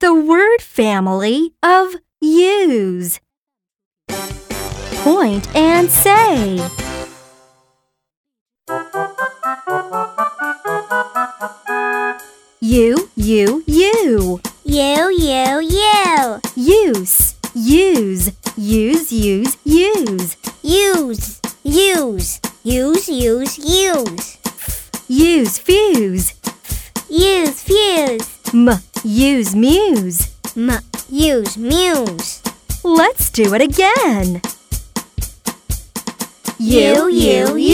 the word family of use. Point and say. You, you, you. You, you, you. Use, use, use, use, use. Use, use, use, use, use. Use, fuse. Use, fuse. M, use, muse. M, use, muse. Let's do it again. You, you, you.